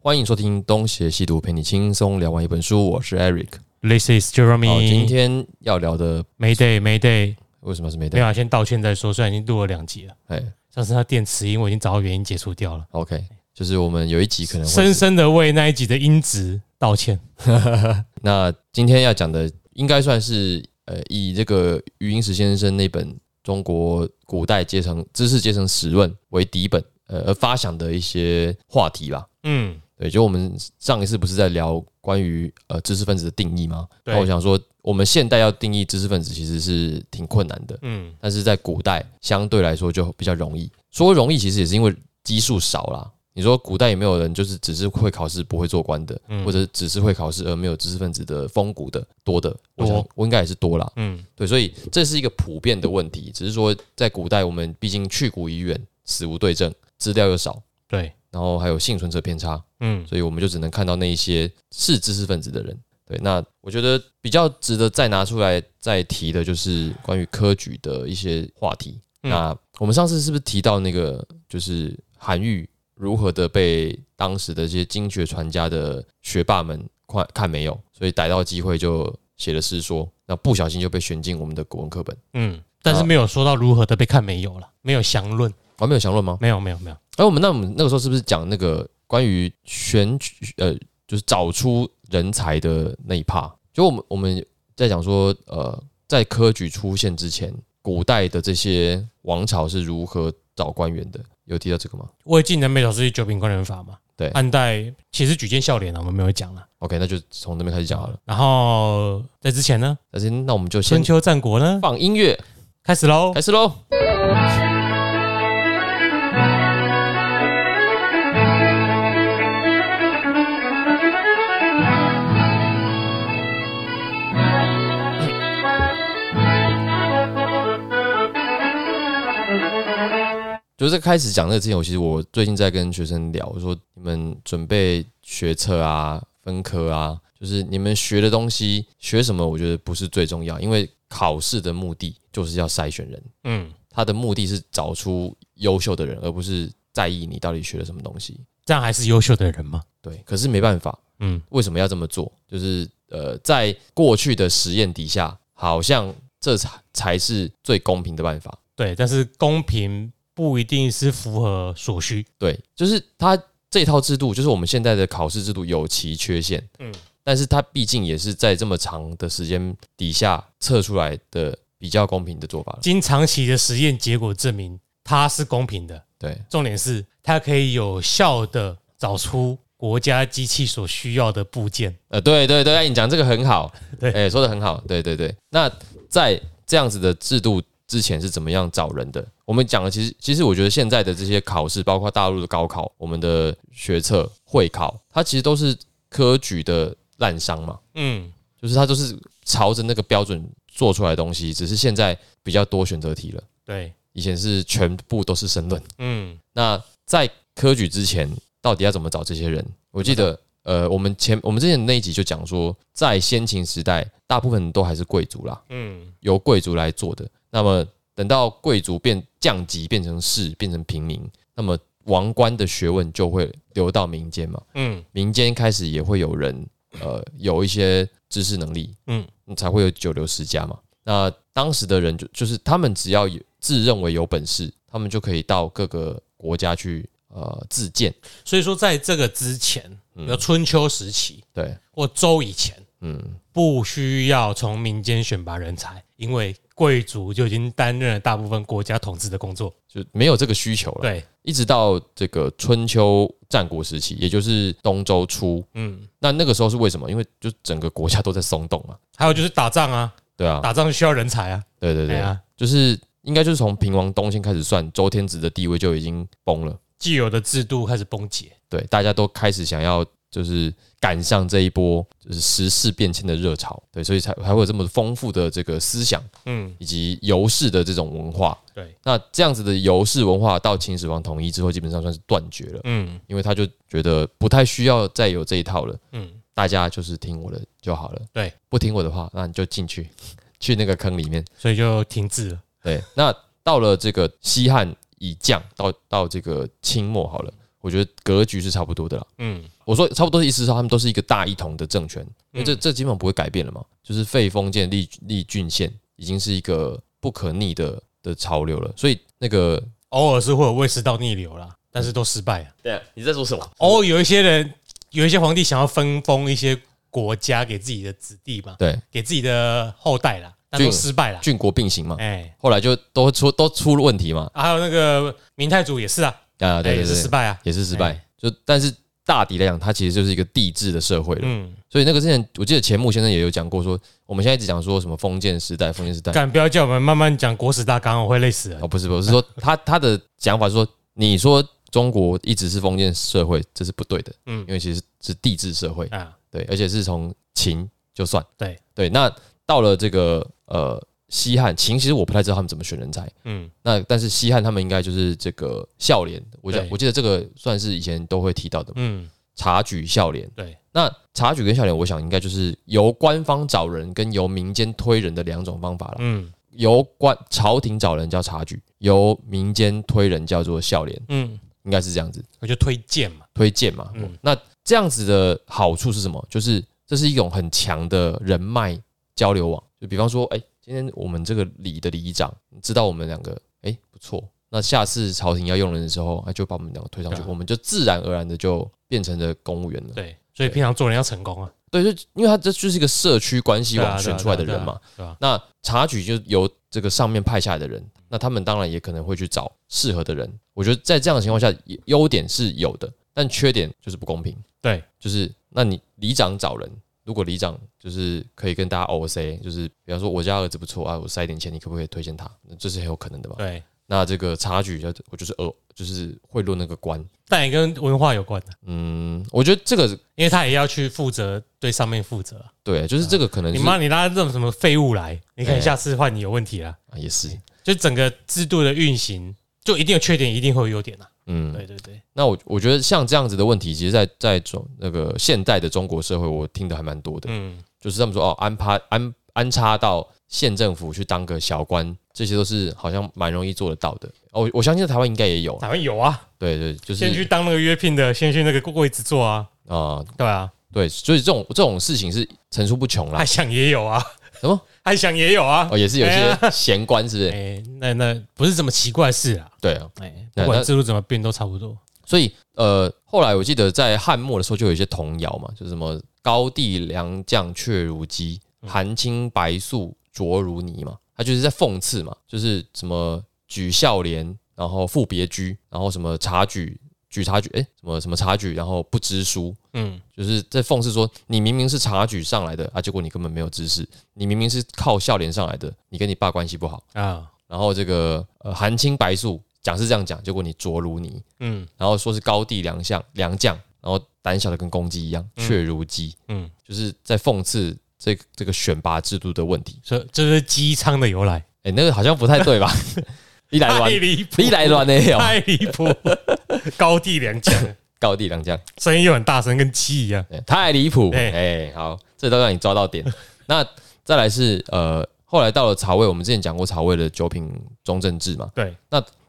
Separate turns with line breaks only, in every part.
欢迎收听《东邪西毒》，陪你轻松聊完一本书。我是 Eric。
This is
好，今
Jeremy。
天要聊的
Mayday Mayday，
为什么是没
没
带？
有啊，先道歉再说。虽然已经录了两集了，
哎
上次那电池因为我已经找到原因解除掉了，
，OK，就是我们有一集可能会
深。深的为那一集的音质道歉。
那今天要讲的应该算是呃，以这个余英时先生那本《中国古代阶层知识阶层史论》为底本，呃，而发想的一些话题吧。
嗯，
对，就我们上一次不是在聊关于呃知识分子的定义吗？
对
那我想说，我们现代要定义知识分子其实是挺困难的，
嗯，
但是在古代相对来说就比较容易。说容易，其实也是因为基数少啦。你说古代有没有人就是只是会考试不会做官的，
嗯
或者只是会考试而没有知识分子的风骨的多的？我想
多
我应该也是多啦。
嗯，
对，所以这是一个普遍的问题，只是说在古代我们毕竟去古已远，死无对证，资料又少，
对，
然后还有幸存者偏差，
嗯，
所以我们就只能看到那一些是知识分子的人。对，那我觉得比较值得再拿出来再提的，就是关于科举的一些话题。
嗯
那我们上次是不是提到那个，就是韩愈如何的被当时的这些经学传家的学霸们看看没有，所以逮到机会就写了诗说，那不小心就被选进我们的国文课本。
嗯，但是没有说到如何的被看没有了，没有详论，
我、没有详论吗？
没有，没有，没有。
哎、我们那我们那个时候是不是讲那个关于选举呃，就是找出人才的那一趴？就我们我们在讲说，呃，在科举出现之前，古代的这些王朝是如何找官员的？有提到这个吗
魏晋南北朝是九品官人法嘛？
对
汉代其实举荐孝廉啊，我们没有讲了。
？OK，那就从那边开始讲好了。
然后在之前呢，
但是那我们就先
春秋战国呢，
放音乐
开始喽
开。始喽。就是在开始讲这个之前，我其实我最近在跟学生聊，我说你们准备学测啊、分科啊，就是你们学的东西学什么，我觉得不是最重要，因为考试的目的就是要筛选人，
嗯，
他的目的是找出优秀的人，而不是在意你到底学了什么东西。
这样还是优秀的人吗？
对，可是没办法，
嗯，
为什么要这么做？就是呃，在过去的实验底下，好像这才才是最公平的办法。
对，但是公平不一定是符合所需。
对，就是它这套制度，就是我们现在的考试制度有其缺陷，嗯
嗯，
但是它毕竟也是在这么长的时间底下测出来的比较公平的做法了。
经长期的实验结果证明它是公平的，
对，
重点是它可以有效的找出国家机器所需要的部件。
呃，对对对，哎你讲这个很好，
对
哎、说的很好，对对对。那在这样子的制度之前是怎么样找人的？我们讲的其实，其实我觉得现在的这些考试，包括大陆的高考、我们的学测、会考，它其实都是科举的滥觞嘛，
嗯，
就是它都是朝着那个标准做出来的东西，只是现在比较多选择题了，
对，
以前是全部都是申论。
嗯，
那在科举之前，到底要怎么找这些人？我记得，呃，我们前我们之前那一集就讲说，在先秦时代，大部分都还是贵族啦，
嗯，
由贵族来做的。那么等到贵族变降级，变成士，变成平民，那么王冠的学问就会流到民间嘛。
嗯，
民间开始也会有人，呃，有一些知识能力，嗯
嗯，
才会有九流十家嘛。那当时的人就就是他们只要有自认为有本事，他们就可以到各个国家去呃自荐，
所以说在这个之前，比如春秋时期
对，
或周以前，
嗯，
不需要从民间选拔人才，因为贵族就已经担任了大部分国家统治的工作。
就没有这个需求了。
对，
一直到这个春秋战国时期，也就是东周初，
嗯，
那那个时候是为什么？因为就整个国家都在松动嘛，
还有就是打仗啊，
对啊，
打仗需要人才啊。
对对
对
对，
啊，
就是应该就是从平王东迁开始算，周天子的地位就已经崩了。
既有的制度开始崩解。
对，大家都开始想要就是赶上这一波就是时事变迁的热潮，对，所以才才会有这么丰富的这个思想
嗯，
以及游士的这种文化。
对，
那这样子的游士文化到秦始皇统一之后，基本上算是断绝了，
嗯
因为他就觉得不太需要再有这一套了，
嗯，
大家就是听我的就好了。
对，
不听我的话，那你就进去 去那个坑里面。
所以就停滞了。
对，那到了这个西汉以降，到到这个清末好了，我觉得格局是差不多的啦。
嗯，
我说差不多的意思是说，他们都是一个大一统的政权，因为这
嗯
这基本上不会改变了嘛。就是废封建立立郡县已经是一个不可逆的的潮流了，所以那个
偶尔是会有胃食道逆流啦，但是都失败啊。
对、你在说什么？
偶尔有一些人，有一些皇帝想要分封一些国家给自己的子弟嘛，
对，
给自己的后代啦，但都
郡
失败啦。
郡国并行嘛，
哎、
后来就都出都出了问题嘛，
啊还有那个明太祖也是啊，
啊，
哎、
对
也
对
是失
对，
败啊。
也是失败
哎。
就但是大抵来讲，它其实就是一个帝制的社会了。
嗯，
所以那个之前，我记得钱穆先生也有讲过说，我们现在一直讲说什么封建时代，封建时代。
敢不要叫我们慢慢讲国史大纲，我会累死人。
哦，不是，不是我是 说他他的讲法是说，你说中国一直是封建社会，这是不对的，
嗯
因为其实是帝制社会，
啊，
对，而且是从秦就算，
对
对。那到了这个呃西汉，秦其实我不太知道他们怎么选人才，
嗯，
那但是西汉他们应该就是这个孝廉，我讲
对
我记得这个算是以前都会提到的
嗯，
察举孝廉，
对。
那察举跟孝廉，我想应该就是由官方找人跟由民间推人的两种方法了。
嗯，
由官朝廷找人叫察举，由民间推人叫做孝廉，
嗯，
应该是这样子
我就推荐嘛，
推荐嘛。
嗯
那这样子的好处是什么？就是这是一种很强的人脉交流网。就比方说，哎、今天我们这个里的里长知道我们两个，哎、不错。那下次朝廷要用人的时候，哎，就把我们两个推上去，
对啊
我们就自然而然的就变成了公务员了。
对，所以平常做人要成功啊，
对，就因为他这就是一个社区关系
对啊
网选出来的人嘛。，
对啊
那察举就由这个上面派下来的人，那他们当然也可能会去找适合的人。我觉得在这样的情况下，也优点是有的，但缺点就是不公平。
对啊，对啊
就是那你里长找人，如果里长就是可以跟大家 O C，就是比方说我家儿子不错啊，我塞一点钱，你可不可以推荐他？那这是很有可能的吧
对。对，
那这个察举就我就是呃，就是贿赂那个官。
但也跟文化有关的，
嗯，我觉得这个
因为他也要去负责，对上面负责啊。
对，就是这个可能
你
是、
妈，你拉这种什么废物来，你可
哎
能下次换你有问题啦。
啊也是，
就整个制度的运行，就一定有缺点，一定会有优点啊。
嗯，
对对对，
那我我觉得像这样子的问题，其实在，在中那个现代的中国社会，我听的还蛮多的，
嗯，
就是他们说哦，安插安安插到县政府去当个小官，这些都是好像蛮容易做得到的。哦，我我相信在台湾应该也有，
台湾有啊，
对对，就
先去
是
当那个约聘的，先去那个位置做啊，
啊、
对啊，
对，所以这种这种事情是层出不穷啦
汉。翔也有啊，
什 么？
汉翔也有啊
哦，。也是有一
哎
些闲官，是不是？
哎，那那不是什么奇怪的事啊，
对啊，
哎，
那
不管
那
制度怎么变都差不多。
所以呃，后来我记得在汉末的时候就有一些童谣嘛，就是什么高地良将却如鸡，寒青白素浊如泥嘛，他就是在讽刺嘛，就是什么举孝廉，然后父别居，然后什么察举举察举，哎、什么什么察举，然后不知书。
嗯，
就是在讽刺说，你明明是察举上来的啊，结果你根本没有知识；你明明是靠孝廉上来的，你跟你爸关系不好。
啊，
然后这个呃寒青白素讲是这样讲，结果你浊如泥，
嗯
然后说是高地良相良将，然后胆小的跟公鸡一样，
嗯
却如鸡，
嗯，
就是在讽刺这个这个选拔制度的问题。
所以这是机舱的由来，
哎，那个好像不太对吧？ 一来
太
乱，
离谱，
一来乱的有
太离谱， 高地两讲，
高地良将，
声音又很大声，跟鸡一样。
对太离谱。
对
哎，好，这都让你抓到点。 那再来是呃，后来到了曹魏，我们之前讲过曹魏的九品中正制嘛，
对，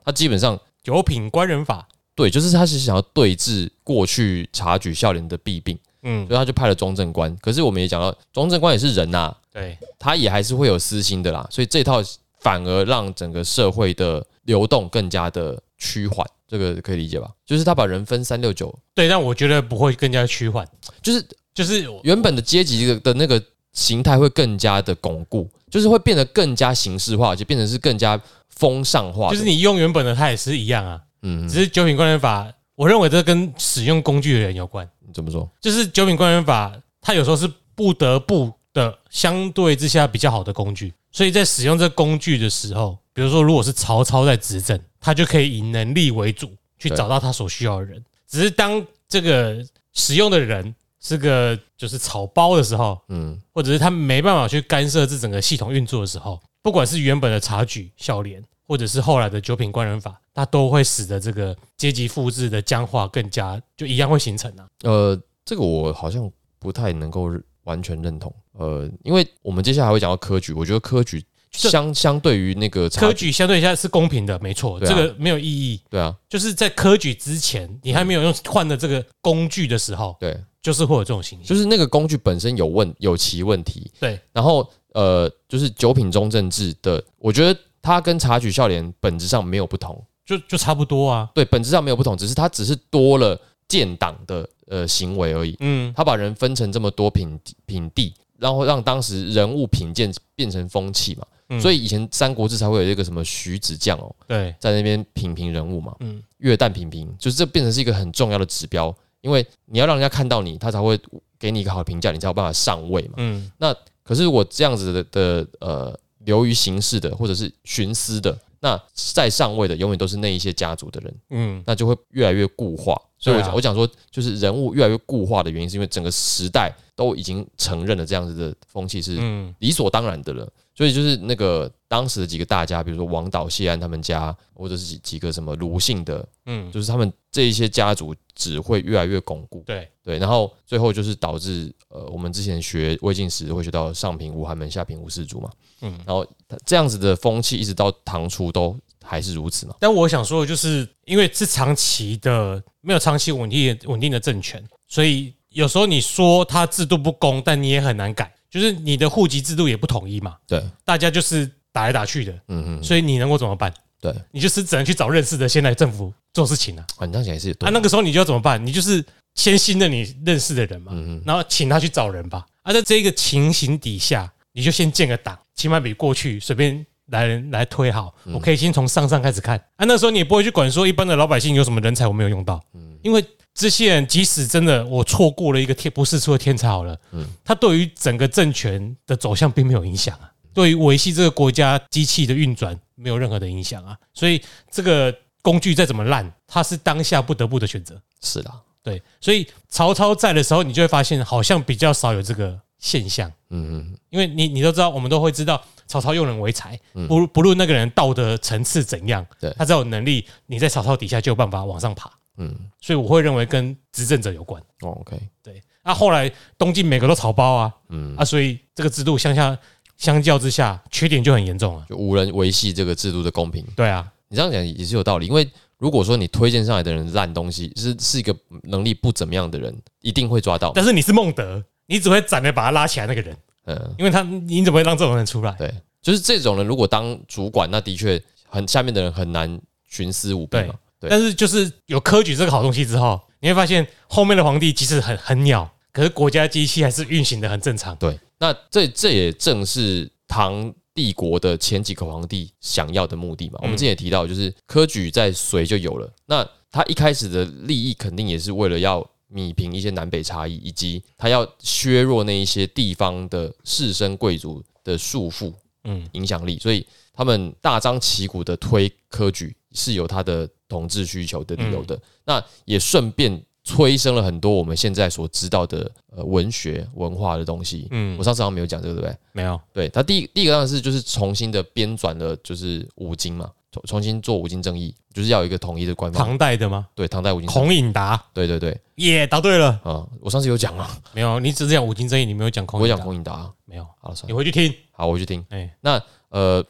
他基本上
九品官人法，
对，就是他是想要对治过去察举孝廉的弊病，
嗯，
所以他就派了中正官。可是我们也讲到，中正官也是人啊呐、
对，
他也还是会有私心的啦，所以这套反而让整个社会的流动更加的趋缓，这个可以理解吧？就是他把人分三六九，
对，但我觉得不会更加趋缓，
就是
就是我
原本的阶级的的那个形态会更加的巩固，就是会变得更加形式化，就变成是更加风尚化的。
就是你用原本的它也是一样啊，
嗯，
只是九品官人法，我认为这跟使用工具的人有关，
你怎么说？
就是九品官人法，它有时候是不得不的相对之下比较好的工具，所以在使用这工具的时候，比如说如果是曹操在执政，他就可以以能力为主去
对
找到他所需要的人，只是当这个使用的人是个就是草包的时候，
嗯，
或者是他没办法去干涉这整个系统运作的时候，不管是原本的察举、孝廉，或者是后来的九品官人法，它都会使得这个阶级复制的僵化更加就一样会形成啊。
呃，这个我好像不太能够完全认同。呃，因为我们接下来会讲到科举，我觉得科举相相对于那个
科
差距，
举相对下是公平的，没错，
对啊
这个没有意义。
对啊，
就是在科举之前，你还没有用换的这个工具的时候，
对，
就是会有这种情形。
就是那个工具本身有问有其问题，
对，
然后呃，就是九品中正制的，我觉得它跟察举孝廉本质上没有不同，
就就差不多啊。
对，本质上没有不同，只是它只是多了建党的呃行为而已。
嗯，
他把人分成这么多品品地，然后让当时人物品鉴变成风气嘛。
嗯
所以以前《三国志》才会有一个什么徐子将哦，
对，
在那边品评人物嘛，
嗯
越旦品评，就是这变成是一个很重要的指标，因为你要让人家看到你，他才会给你一个好评价，你才有办法上位嘛。
嗯，
可是我这样子的的呃，流于形式的或者是徇私的，那在上位的永远都是那一些家族的人，
嗯，
那就会越来越固化。所以我
对啊
讲、我讲说，就是人物越来越固化的原因，是因为整个时代都已经承认了这样子的风气是
嗯，
理所当然的了。所以就是那个当时的几个大家，比如说王导、谢安他们家，或者是几几个什么卢姓的，
嗯，
就是他们这一些家族只会越来越巩固。
对，
对，然后最后就是导致呃，我们之前学魏晋时会学到上平无寒门，下平无士族嘛，
嗯
嗯，然后它这样子的风气一直到唐初都还是如此嘛，
但我想说的就是，因为是长期的，没有长期稳定稳定的政权，所以有时候你说它制度不公，但你也很难改，就是你的户籍制度也不统一嘛，
对，
大家就是打来打去的，
嗯嗯，
所以你能够怎么办？
对，
你就是只能去找认识的现代政府做事情啊。
啊，你这样讲也是有
啊，
对的，
那个时候你就要怎么办？你就是先信任你认识的人嘛，
嗯嗯，
然后请他去找人吧。啊，在这个情形底下，你就先建个档，起码比过去随便来人来推好。我可以先从上上开始看。啊，那时候你也不会去管说一般的老百姓有什么人才我没有用到，因为这些人即使真的我错过了一个天不世出的天才好了，他对于整个政权的走向并没有影响啊，对于维系这个国家机器的运转没有任何的影响啊，所以这个工具再怎么烂，它是当下不得不的选择。
是啦，
对，所以曹操在的时候，你就会发现好像比较少有这个现象，
嗯嗯，
因为你你都知道，我们都会知道曹操用人为才，不不论那个人道德层次怎样，
嗯对
他只要有能力，你在曹操底下就有办法往上爬。
嗯，
所以我会认为跟执政者有关。
哦，OK，
对，啊，后来东晋每个都草包啊，
嗯，
啊，所以这个制度向下相较之下，缺点就很严重啊。
就无人维系这个制度的公平，
对啊，
你这样讲也是有道理，因为如果说你推荐上来的人烂东西，是是一个能力不怎么样的人，一定会抓到，
但是你是孟德，你只会斩的把他拉起来那个人，
嗯。
因为他你怎么会让这种人出来？
对，就是这种人如果当主管，那的确很下面的人很难徇私舞弊嘛。对
但是就是有科举这个好东西之后，你会发现后面的皇帝即使很很鸟，可是国家机器还是运行的很正常。
对，那这这也正是唐帝国的前几个皇帝想要的目的嘛。我们之前也提到，就是科举在隋就有了，那他一开始的利益肯定也是为了要。弭平一些南北差异，以及他要削弱那一些地方的士绅贵族的束缚，
嗯
影响力，所以他们大张旗鼓的推科举是有他的统治需求的理由
嗯
的。那也顺便催生了很多我们现在所知道的呃文学文化的东西。
嗯
我，上次好像没有讲这个，对不对？
没有，
对他第一第一个当然是就是重新的编纂了，就是五经嘛，重重新做五经正义，就是要有一个统一的官方
唐代的吗？
对唐代五经正义，
孔颖达，
对对对
耶，答对了。
啊、我上次有讲啊，
没有，你只是讲五经争议，你没有讲孔
我
颖达。
讲孔颖达，啊
没有，
好了算
你
了，
回去听。
好我去听。
哎，
那呃，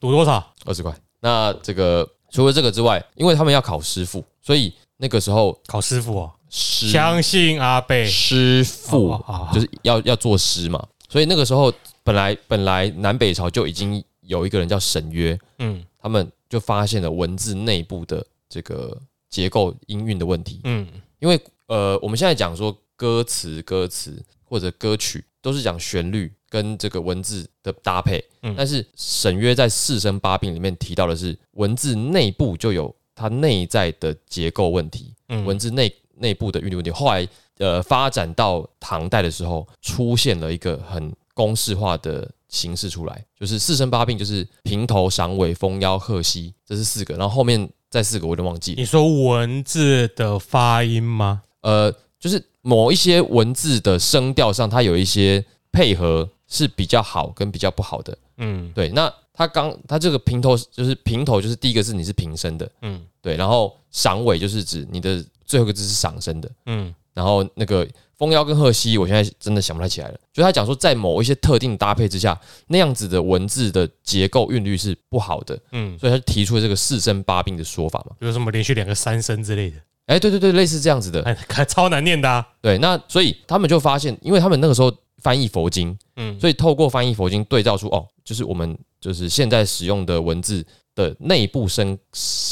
赌多少？
二十块。那这个除了这个之外，因为他们要考师傅，所以那个时候
考师傅哦，
师
相信阿贝。
师傅
哎哦哦哦
就是要要做师嘛，所以那个时候本来本来南北朝就已经有一个人叫沈约，
嗯
他们就发现了文字内部的这个结构音韵的问题。
嗯
因为呃，我们现在讲说歌词、歌词或者歌曲都是讲旋律跟这个文字的搭配，
嗯
但是沈约在《四声八病》里面提到的是文字内部就有它内在的结构问题，
嗯
文字内内部的韵律问题。后来呃，发展到唐代的时候，出现了一个很公式化的。形式出来就是四声八病，就是平头、赏尾、蜂腰、鹤膝，这是四个，然后后面再四个我有点忘记了。
你说文字的发音吗？
呃，就是某一些文字的声调上，它有一些配合是比较好跟比较不好的。
嗯
对，那它刚它这个平头就是平头，就是第一个字你是平声的，
嗯
对，然后赏尾就是指你的最后一个字是赏声的，
嗯
然后那个蜂腰跟赫西，我现在真的想不太起来了。就他讲说，在某一些特定搭配之下，那样子的文字的结构韵律是不好的，
嗯，
所以他就提出了这个四声八病的说法嘛。
比如什么连续两个三声之类的，
哎，对对对，类似这样子的。
哎，看超难念的啊。
对，那所以他们就发现，因为他们那个时候翻译佛经，
嗯，
所以透过翻译佛经对照出哦，就是我们就是现在使用的文字的内部声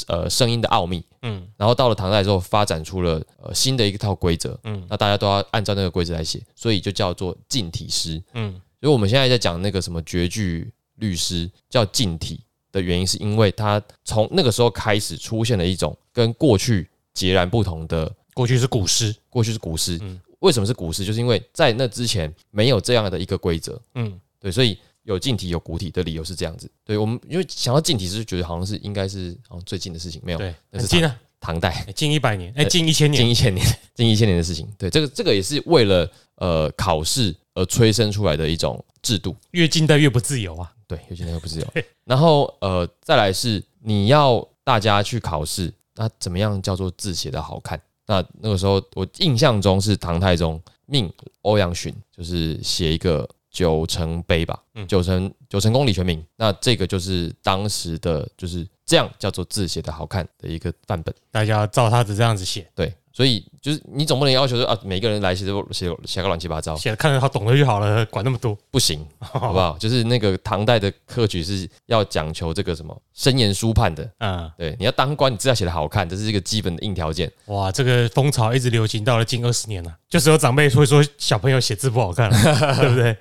呃声音的奥秘。
嗯
然后到了唐代之后，发展出了呃新的一套规则，
嗯
那大家都要按照那个规则来写，所以就叫做近体诗。
嗯
所以我们现在在讲那个什么绝句律诗叫近体的原因，是因为它从那个时候开始出现了一种跟过去截然不同的，
过去是古诗，
过去是古诗，
嗯
为什么是古诗？就是因为在那之前没有这样的一个规则，
嗯，
对，所以有近体有古体的理由是这样子。对我们因为想到近体，是觉得好像是应该是好像最近的事情，没有
对，
那
很
是
近啊，
唐代。
哎近一百年，哎，
对
近一千年，
近一千年， 近一千年的事情。对，这个这个也是为了呃考试而催生出来的一种制度。
越近代越不自由啊。
对，有些人又不自由。 然后呃，再来是你要大家去考试，那怎么样叫做字写的好看？那那个时候我印象中是唐太宗命欧阳询就是写一个九城碑吧，
嗯
九城九城宫李全名，那这个就是当时的就是这样叫做字写的好看的一个范本。
大家照他的这样子写，
对，所以就是你总不能要求说啊，每个人来写都写写个乱七八糟，
写的看得他懂了就好了，管那么多，
不行，好
好
不？好？就是那个唐代的科举是要讲求这个什么深言书判的，
嗯，
对，你要当官，你字要写的好看，这是一个基本的硬条件。
哇，这个风潮一直流行到了近二十年了，就是有长辈会说小朋友写字不好 看了，对不对？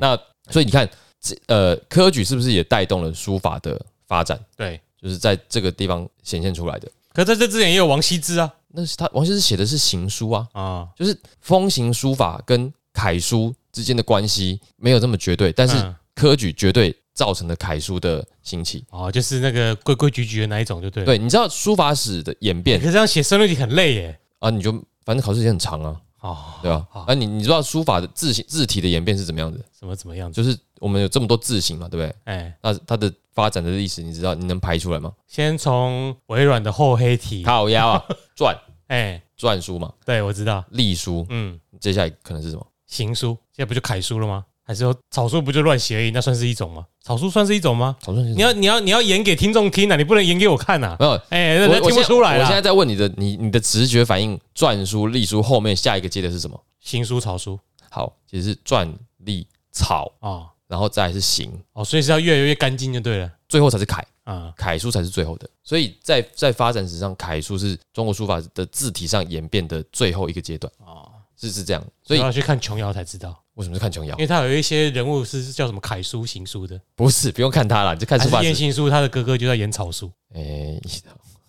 那所以你看，这呃，科举是不是也带动了书法的发展？
对。
就是在这个地方显现出来的。
可在这之前也有王羲之啊，
那是他王羲之写的是行书啊，
啊，
就是风行书法跟楷书之间的关系没有这么绝对，但是
嗯
科举绝对造成了楷书的兴起。
哦，就是那个规规矩矩的那一种，就对。，嗯
对，你知道书法史的演变
可是这样写申论题很累耶。
啊，你就反正考试也很长啊，
哦，
对吧、啊？
好
啊，你你知道书法的字形字体的演变是怎么样的？
怎么怎么样？
就是我们有这么多字形嘛，对不对？
哎，
那它的发展的历史，你知道你能排出来吗？
先从微软的厚黑体，
靠腰 啊，篆
哎，
篆书嘛，
对我知道，
隶书，
嗯，
接下来可能是什么？
行书现在不就楷书了吗？还是说草书不就乱写而已？那算是一种吗？草书算是一种吗？
草篆是什么
你要你要你要演给听众听啊，你不能演给我看啊。
没有？
哎，人
我
家
呃我
听
现
不
在
出
我
来
现在
啦。
在问你的，你你的直觉反应，篆书、隶书后面下一个接的是什么？
行书、草书
好，其实是篆、隶、草，
哦
然后再来是行，
哦，所以是要越来越干净就对了
最后才是楷。
啊。
楷书才是最后的，所以在在发展史上，楷书是中国书法的字体上演变的最后一个阶段，
哦，
是是这样。所
所以
以
要去看琼瑶才知道，
为什么是看琼瑶
因？为他有一些人物是叫什么楷书、行书的，
不是，不用看它了，你就看
还
书
是
法
燕
史。哎
行书，他的哥哥就在演草书，
诶、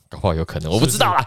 搞不好有可能，我不知道啦。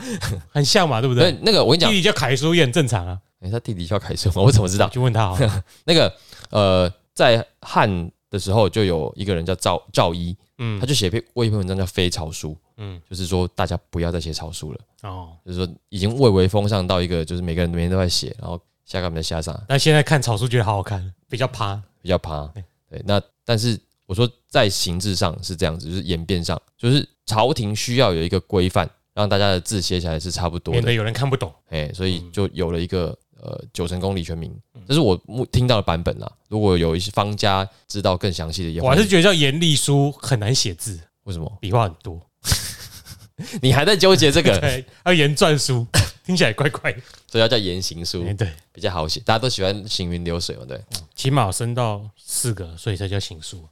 很像嘛，对不
那
对？
那个我跟你
弟
讲，
弟叫楷书也很正 常啊。
诶他弟弟叫楷书吗？我怎么知道
我？去问他好了。
那个呃，在汉的时候就有一个人叫赵赵一，
嗯
他就写篇过一篇文章叫《非草书》，
嗯，
就是说大家不要再写草书了，
哦，
就是说已经蔚为风尚到一个就是每个人每天都在写，然后下岗在下上，
但现在看草书觉得好好看，比较趴。
比较趴
对。
对，那但是我说在形制上是这样子，就是演变上，就是朝廷需要有一个规范，让大家的字写起来是差不多
免
的
得。有人看不懂。
哎、所以就有了一个呃九成宫李全明，
嗯
这是我目听到的版本啦。如果有一些方家知道更详细的，也
我还
欢迎
是觉得叫严厉书很难写字，
为什么
笔画很多。
你还在纠结这个？
对，要严篆书， 听起来怪怪的。
所以要叫言行书
哎对，
比较好写，大家都喜欢行云流水嘛，对不对。
起码有升到四个，所以才叫行书。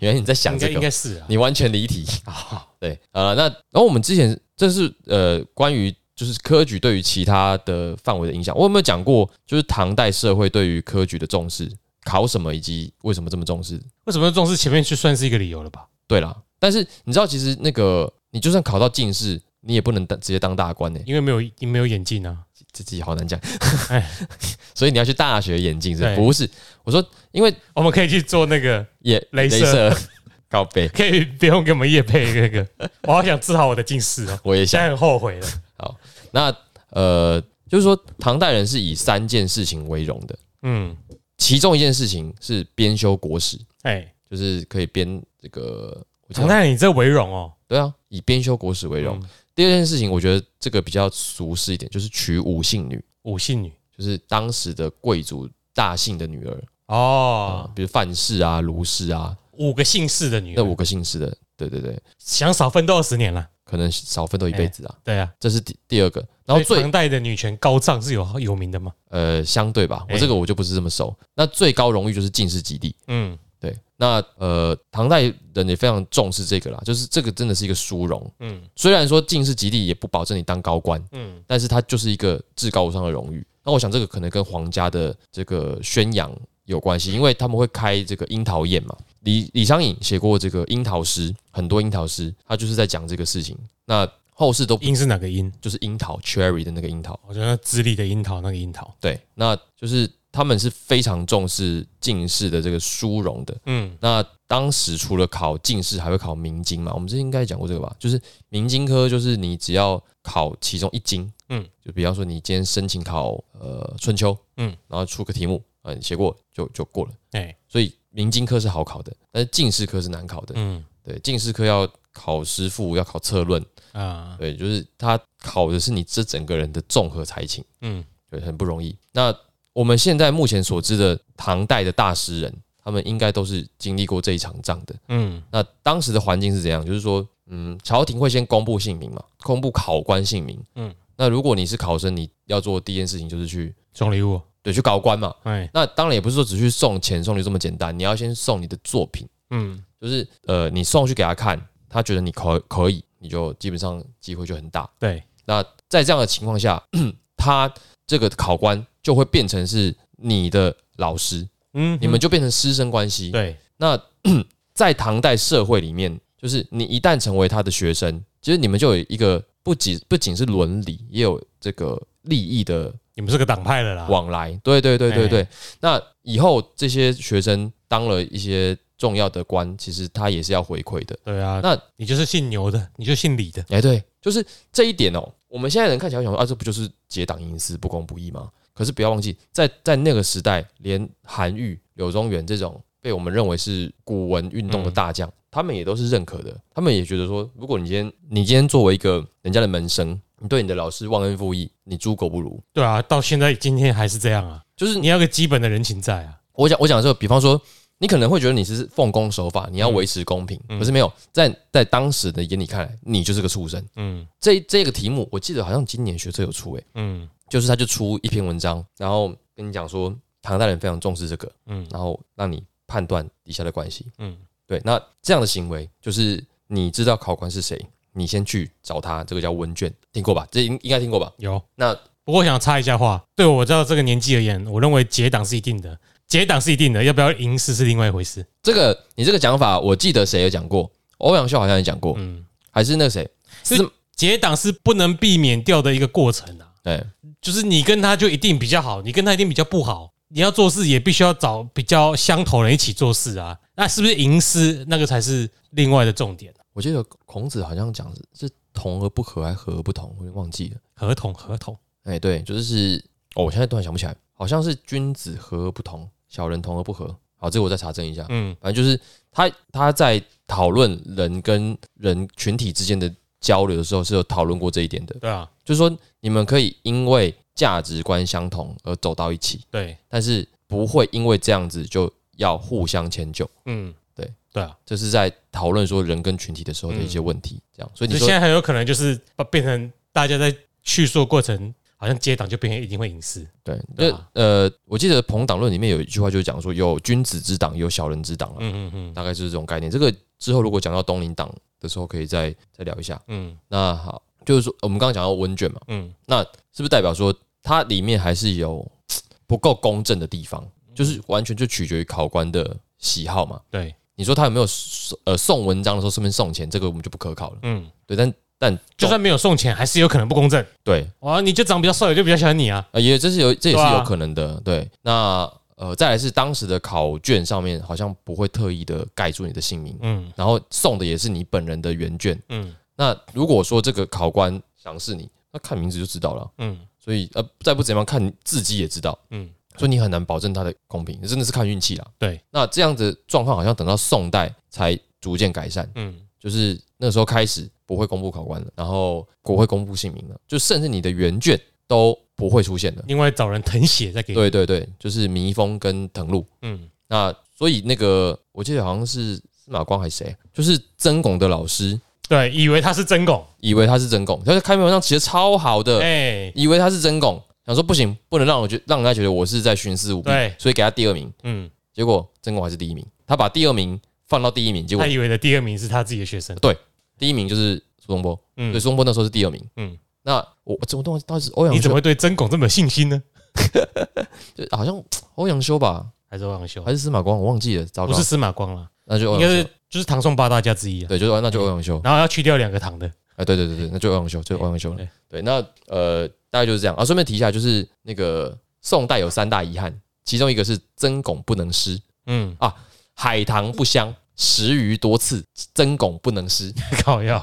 原来你在想
应该
这
应
个，
该是啊。
你完全离题。
啊，
对，呃，那然后我们之前这是呃关于就是科举对于其他的范围的影响，我有没有讲过就是唐代社会对于科举的重视，考什么以及为什么这么重视？
为什么重视前面去算是一个理由了吧？
对啦，但是你知道其实那个你就算考到进士，你也不能当直接当大官呢、
因为没有你没有眼镜啊。
这自己好难讲
哎。
所以你要去大学眼镜是
对
不是？我说因为
我们可以去做那个，
也
镭射
射靠背，
可以不用给我们叶配那个。 我好想治好我的近视 哦，
我也想
现。在很后悔了。
那呃，就是说唐代人是以三件事情为荣的，
嗯，
其中一件事情是编修国史，
哎，
就是可以编这个。我记得
唐太你这为荣哦，
对啊，以编修
嗯
国史为荣。第二件事情，我觉得这个比较俗世一点，就是娶五姓女。
五姓女
就是当时的贵族大姓的女儿啊、
哦，
比如范氏啊、卢氏啊，
五个姓氏的女
那
儿，
五个姓氏的，对对对，
想少奋斗二十年了。
可能少奋斗一辈子啊。
对啊，
这是第第二个，然后
所以
最
唐代的女权高涨是有有名的嘛？
呃相对吧，我
哎
这个我就不是这么熟。那最高荣誉就是进士及第，
嗯，
对，那呃，唐代人也非常重视这个啦，就是这个真的是一个殊荣。
嗯
嗯，虽然说进士及第也不保证你当高官，
嗯
嗯，但是它就是一个至高无上的荣誉。那我想这个可能跟皇家的这个宣扬有关系，因为他们会开这个樱桃宴嘛。李李商隐写过这个樱桃诗，很多樱桃诗，他就是在讲这个事情。那后世都
樱是哪个樱？
就是樱桃 cherry 的那个樱桃，
我觉得智利的樱桃那个樱桃。
对，那就是他们是非常重视进士的这个殊荣的。
嗯
那当时除了考进士，还会考明经嘛？我们之前应该讲过这个吧？就是明经科，就是你只要考其中一经，
嗯
嗯，就比方说你今天申请考呃春秋，
嗯
嗯，然后出个题目，嗯，你写过就就过了。
哎
所以明经科是好考的，但是进士科是难考的。
嗯
对，进士科要考诗赋，要考策论，
啊
对，就是它考的是你这整个人的综合才情，
嗯
对，很不容易。那我们现在目前所知的唐代的大诗人，他们应该都是经历过这一场仗的。
嗯
那当时的环境是怎样？就是说，嗯，朝廷会先公布姓名嘛，公布考官姓名。
嗯
嗯，那如果你是考生，你要做第一件事情就是去
送礼物。
对去搞官嘛。
哎
那当然也不是说只去送钱送礼这么简单，你要先送你的作品，
嗯
就是呃，你送去给他看，他觉得你可可以，你就基本上机会就很大。
对
在这样的情况下， 他这个考官就会变成是你的老师，
嗯
你们就变成师生关系。
对
那 在唐代社会里面，就是你一旦成为他的学生，其实你们就有一个不仅不仅是伦理，也有这个利益的
你们是个党派的啦。
往来。对对对对
哎
对。那以后这些学生当了一些重要的官，其实他也是要回馈的。
对啊，
那
你就是姓牛的，你就姓李的。
哎，对，就是这一点哦。我们现在人看起来会想说啊，这不就是结党营私、不公不义吗？可是不要忘记，在在那个时代，连韩愈、柳宗元这种被我们认为是古文运动的大将，他们也都是认可的。他们也觉得说，如果你今天你今天作为一个人家的门生，你对你的老师忘恩负义，你猪狗不如。
对啊，到现在今天还是这样啊，
就是
你要有个基本的人情在啊。
我讲我讲的时候，比方说，你可能会觉得你是奉公守法，你要维持公平，可是没有在在当时的眼里看来，你就是个畜生。
嗯
这这个题目，我记得好像今年学测有出诶、欸
嗯
就是他就出一篇文章，然后跟你讲说唐代人非常重视这个，
嗯
然后让你判断底下的关系。
嗯，
对，那这样的行为就是你知道考官是谁，你先去找他，这个叫问卷，听过吧？这应应该听过吧？
有。
那
不过我想插一下话，对我知道这个年纪而言，我认为结党是一定的，结党是一定的，要不要赢私是另外一回事。
这个你这个讲法，我记得谁有讲过？欧阳修好像也讲过，
嗯，
还是那个谁？
是
是
结党是不能避免掉的一个过程啊，
哎，
就是你跟他就一定比较好，你跟他一定比较不好。你要做事也必须要找比较相投的人一起做事啊，那是不是赢私那个才是另外的重点？
我记得孔子好像讲是是同而不和，还和而不同，我有点忘记了。
合同合同，
哎，对，就是哦，我现在突然想不起来，好像是君子和而不同，小人同而不和。好，这个我再查证一下。
嗯
反正就是他他在讨论人跟人群体之间的交流的时候，是有讨论过这一点的。
对啊，
就是说，你们可以因为价值观相同而走到一起，
对，
但是不会因为这样子就要互相迁就。
嗯，
对
对啊，
这是在讨论说人跟群体的时候的一些问题，这样。所以
嗯就
你
现
说
在很有可能就是把变成大家在叙述过程，好像结党就变成一定会赢私。
对，
对
那
啊
呃，我记得《朋党论》里面有一句话就是讲说，有君子之党，有小人之党啊，
嗯嗯嗯
大概就是这种概念。这个之后如果讲到东林党的时候，可以再再聊一下。
嗯
那好，就是说呃我们刚刚讲到温卷嘛，
嗯，
是不是代表说它里面还是有不够公正的地方？就是
嗯
完全就取决于考官的喜好嘛。
对，
你说他有没有送呃送文章的时候顺便送钱，这个我们就不可考了。
嗯，
对，但但
就算没有送钱，还是有可能不公正。
对，
哇，你就长比较帅，我就比较喜欢你啊。
呃，也这是有这也是
对啊
有可能的。对，那呃再来是当时的考卷上面好像不会特意的盖住你的姓名，
嗯
然后送的也是你本人的原卷。
嗯
那如果说这个考官赏识你，那看名字就知道了。
嗯
所以呃，再不怎么样看你自己也知道，
嗯，
所以你很难保证它的公平，真的是看运气啦。
对，
那这样的状况好像等到宋代才逐渐改善，
嗯
就是那个时候开始不会公布考官了，然后国会公布姓名了，就甚至你的原卷都不会出现的。
另外找人誊写再给你。
对对对，就是迷风跟藤鹿。
嗯，
那所以那个我记得好像是司马光还是谁，就是曾巩的老师，
对，以为他是真拱，
以为他是曾巩，但是开门文章写的超好的，
哎，
以为他是曾巩，想说不行，不能让我觉让人家觉得我是在徇私舞弊
对，
所以给他第二名。
嗯，
结果曾巩还是第一名，他把第二名放到第一名，结果
他以为的第二名是他自己的学生。
第一名就是苏东坡，所以
嗯，
苏东坡那时候是第二名。
嗯
嗯，那我我怎么当当时欧阳
你怎
修
么会对真拱这么有信心呢？
就啊好像欧阳修吧，
还是欧阳修
还？是司马光，我忘记了，糟
不
糕
是，司马光啦，
那就
应
欧
该
阳
是
修，
就是唐宋八大家之一啊。
对，就是那就欧阳修，
然后要去掉两个唐的，
哎，对对对对，那就欧阳修，就欧阳修了
对。
对，那呃，大概就是这样啊。顺便提一下，就是那个宋代有三大遗憾，其中一个是曾巩不能诗，
嗯，
海棠不香，食鱼多次，曾巩不能诗。
靠药。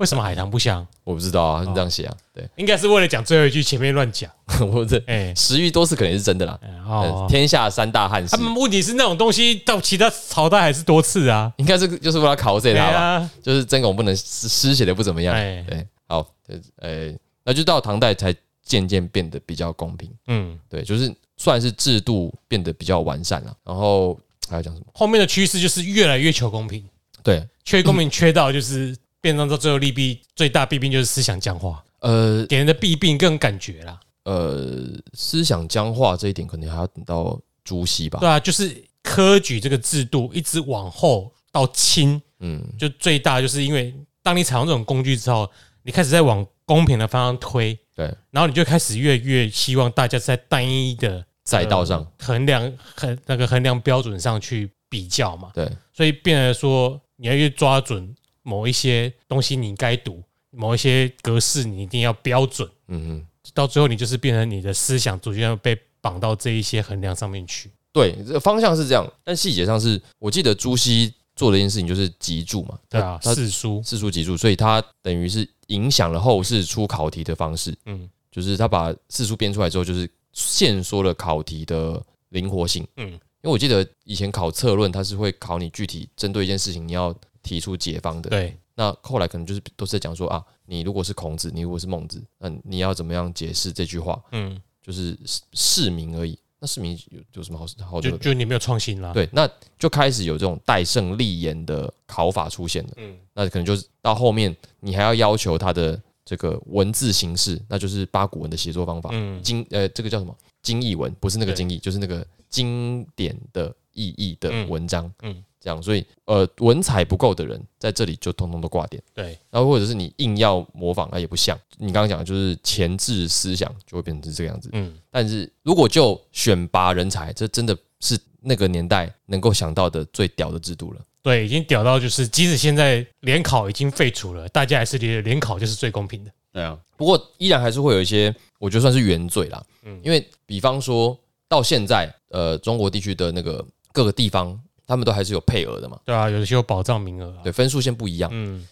为什么海棠不香？
我不知道啊，他们这样写啊，对，
应该是为了讲最后一句，前面乱讲。
我这
哎，
食鱼多次肯定是真的啦。
哎
呃
哦，
天下三大汉
他
事，
们问题是那种东西到其他朝代还是多次啊。
应该是就是为了考这
对
他吧。
啊，
就是曾巩不能诗诗写的不怎么样。
哎，
对，好，呃、呃，那就到唐代才渐渐变得比较公平，
嗯，
对，就是算是制度变得比较完善了。然后还要讲什么？
后面的趋势就是越来越求公平，
对，
缺公平缺到就是变成到最后利弊最大弊病就是思想僵化，
呃
给人的弊病更感觉啦。
呃，思想僵化这一点可能还要等到朱熹吧。
对啊，就是科举这个制度一直往后到清，
嗯，
就最大就是因为当你采用这种工具之后，你开始在往公平的方向推，
对，
然后你就开始越来越希望大家在单一的
赛道上，
呃衡量衡那个衡量标准上去比较嘛，
对，
所以变得说你要越抓准某一些东西你该读，某一些格式你一定要标准，
嗯嗯，
到最后你就是变成你的思想逐渐被绑到这一些衡量上面去。
对，这方向是这样，但细节上是我记得朱熹做的一件事情就是集注嘛，
对啊，
他他
四书，
四书集注，所以他等于是影响了后世出考题的方式。
嗯
就是他把四书编出来之后，就是限缩了考题的灵活性。
嗯，
因为我记得以前考策论，它是会考你具体针对一件事情，你要提出解方的。，
对，
那后来可能就是都是在讲说啊，你如果是孔子，你如果是孟子，那你要怎么样解释这句话？
嗯，
就是市市民而已。那市民有有什么好好
就
的？
就你没有创新啦。，
对，那就开始有这种戴胜立言的考法出现了。
嗯，
那可能就是到后面你还要要求它的这个文字形式，那就是八股文的写作方法。
嗯，
经呃这个叫什么经义文，不是那个
对
经义，就是那个经典的意义的文章，
嗯
嗯，
嗯
这样，所以呃文采不够的人在这里就通通都挂点，
对，
然后或者是你硬要模仿，哎那也不像你刚刚讲的，就是前置思想就会变成是这个样子。
嗯，
但是如果就选拔人才，这真的是那个年代能够想到的最屌的制度了。
对，已经屌到就是，即使现在联考已经废除了，大家还是觉得联考就是最公平的。
对啊，不过依然还是会有一些，我觉得算是原罪啦。
嗯
嗯，因为比方说到现在，呃，中国地区的那个各个地方，他们都还是有配额的嘛，
对啊，有的时候保障名额、啊。
对，分数线不一样。
嗯，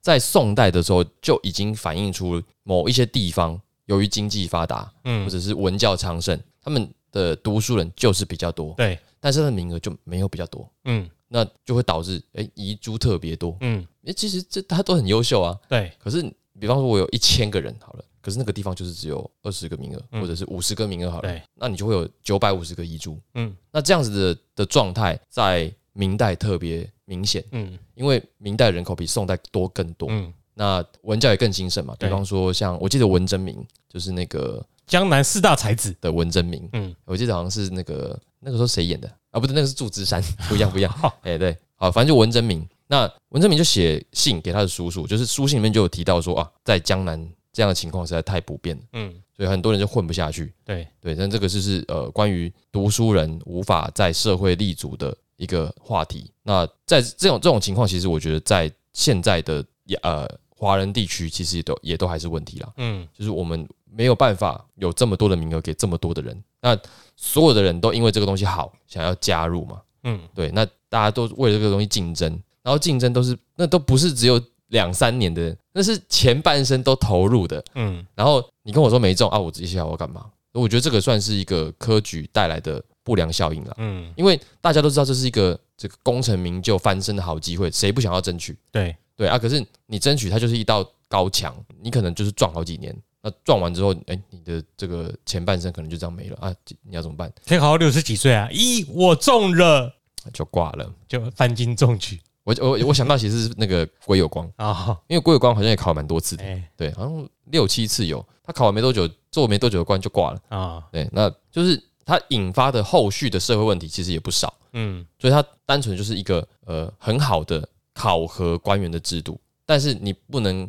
在宋代的时候，就已经反映出某一些地方由于经济发达，
嗯
或者是文教昌盛，他们的读书人就是比较多，
对，
但是他的名额就没有比较多，
嗯
那就会导致诶遗珠特别多。
嗯，
诶，其实这他都很优秀啊，
对，
可是，比方说，我有一千个人好了，可是那个地方就是只有二十个名额，
嗯
或者是五十个名额好了
对，
那你就会有九百五十个遗珠。
嗯
那这样子的的状态在明代特别明显，
嗯
因为明代人口比宋代多更多，
嗯，
那文教也更兴盛嘛。
对
比方说，像我记得文征明，就是那个
江南四大才子。
的文征明，
嗯，
我记得好像是那个那个时候谁演的啊？不对，那个是祝 枝山，不一样不一样。
好，
哎、对，好，反正就文征明。那文征明就写信给他的叔叔，就是书信里面就有提到说啊，在江南这样的情况实在太普遍了，
嗯，
所以很多人就混不下去。
对，
对，但这个就是呃，关于读书人无法在社会立足的一个话题。那在这种这种情况，其实我觉得在现在的呃华人地区，其实也都也都还是问题啦。
嗯
就是我们没有办法有这么多的名额给这么多的人，那所有的人都因为这个东西好，想要加入嘛，
嗯，
对，那大家都为了这个东西竞争，然后竞争都是那都不是只有两三年的，那是前半生都投入的。
嗯，
然后你跟我说没中啊，我自己想我干嘛？我觉得这个算是一个科举带来的不良效应啦，
嗯，
因为大家都知道这是一个这个功成名就翻身的好机会，谁不想要争取？
对，
对啊，可是你争取它就是一道高墙，你可能就是撞好几年，那撞完之后，哎、你的这个前半生可能就这样没了啊，你要怎么办？啊
可以考到六十几岁啊！一我中了，
就挂了。
就翻金中举
我我我想到其实是那个龟有光，
啊！
因为龟有光好像也考了蛮多次的，
哎
对，好像六七次有。他考完没多久，做没多久的官就挂了。
啊，
对，那就是他引发的后续的社会问题其实也不少，
嗯
所以他单纯就是一个呃很好的考核官员的制度，但是你不能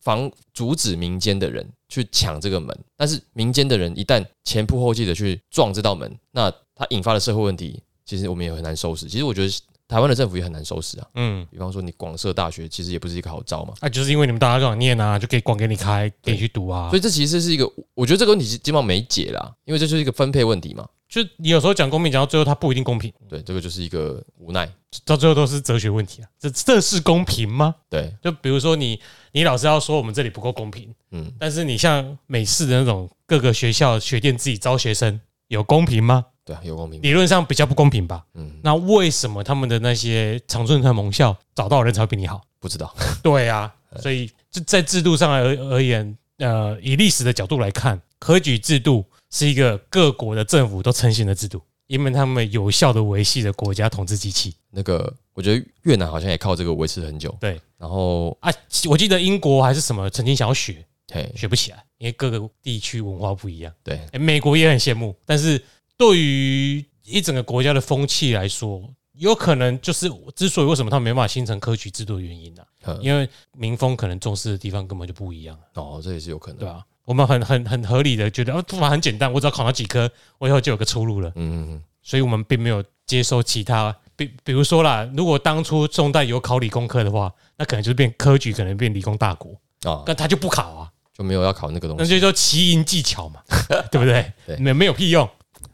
防阻止民间的人去抢这个门，但是民间的人一旦前仆后继的去撞这道门，那它引发的社会问题，其实我们也很难收拾。其实我觉得台湾的政府也很难收拾啊，
嗯，
比方说你广设大学其实也不是一个好招嘛。
那啊就是因为你们大家都想念啊，就给广给你开，给你去读啊
所。以这其实是一个，我觉得这个问题基本上没解啦，因为这就是一个分配问题嘛。
就你有时候讲公平，讲到最后它不一定公平，
对，这个就是一个无奈。
到最后都是哲学问题啊。这这是公平吗？
对，
就比如说你你老师要说我们这里不够公平，
嗯，
但是你像美式的那种各个学校学店自己招学生，有公平吗？
对啊，有公平吗。
理论上比较不公平吧。
嗯，
那为什么他们的那些长春藤盟校找到的人才会比你好？
不知道。
对啊，所以就在制度上而而言，呃，以历史的角度来看，科举制度是一个各国的政府都成型的制度，因为他们有效的维系了国家统治机器
那个，我觉得越南好像也靠这个维持很久。
对，
然后
啊。我记得英国还是什么曾经想要学，
嘿，
学不起来，因为各个地区文化不一样。
对
诶美国也很羡慕，但是对于一整个国家的风气来说，有可能就是之所以为什么他们没办法形成科举制度的原因呢、啊
嗯
因为民风可能重视的地方根本就不一样，
哦，这也是有可
对啊
能。
吧、我们很很很合理的觉得，啊，反很简单，我只要考到几科，我以后就有个出路了。
嗯，嗯
所以我们并没有接受其他，比比如说啦，如果当初中代有考理工科的话，那可能就是变科举，可能变理工大国，
嗯啊，
但他就不考啊。
就没有要考那个东
那
西。
就叫奇淫技 巧嘛，对不对？
对
没没有屁用。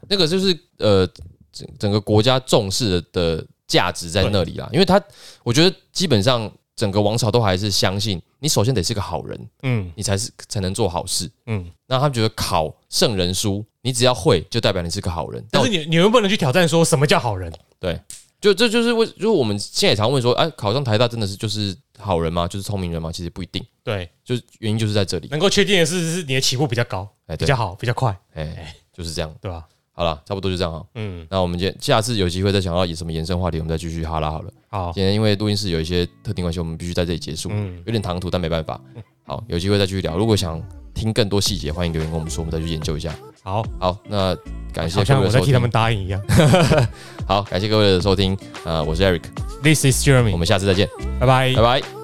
那个就是呃，整整个国家重视的价值在那里啦，因为他我觉得基本上整个王朝都还是相信你，首先得是个好人，
嗯
你才是才能做好事。
嗯，
那他们觉得考圣人书，你只要会，就代表你是个好人。
但是你你又不能去挑战说什么叫好人，
就这就是为，就是我们现在也常问说，哎、考上台大真的是就是好人吗？就是聪明人吗？其实不一定，
对，
就是原因就是在这里。
能够确定的是是你的起步比较高，
哎、
比
对，
较好，比较快，
哎、就是这样。
对吧？
好了，差不多就这样啊。
嗯，
那我们今天下次有机会再想到有什么延伸话题，我们再继续哈拉好了。
好，
今天因为录音室有一些特定关系，我们必须在这里结束，
嗯，
有点唐突，但没办法。好，有机会再继续聊。如果想听更多细节，欢迎留言跟我们说，我们再去研究一下。
好，
好，那感谢
好
各
像
位
我
的
在
收
替他们
听。
答应一样。
好，感谢各位的收听。呃，我是 Eric，
This is
我
Jeremy，
们下次再见，
拜拜
拜。拜。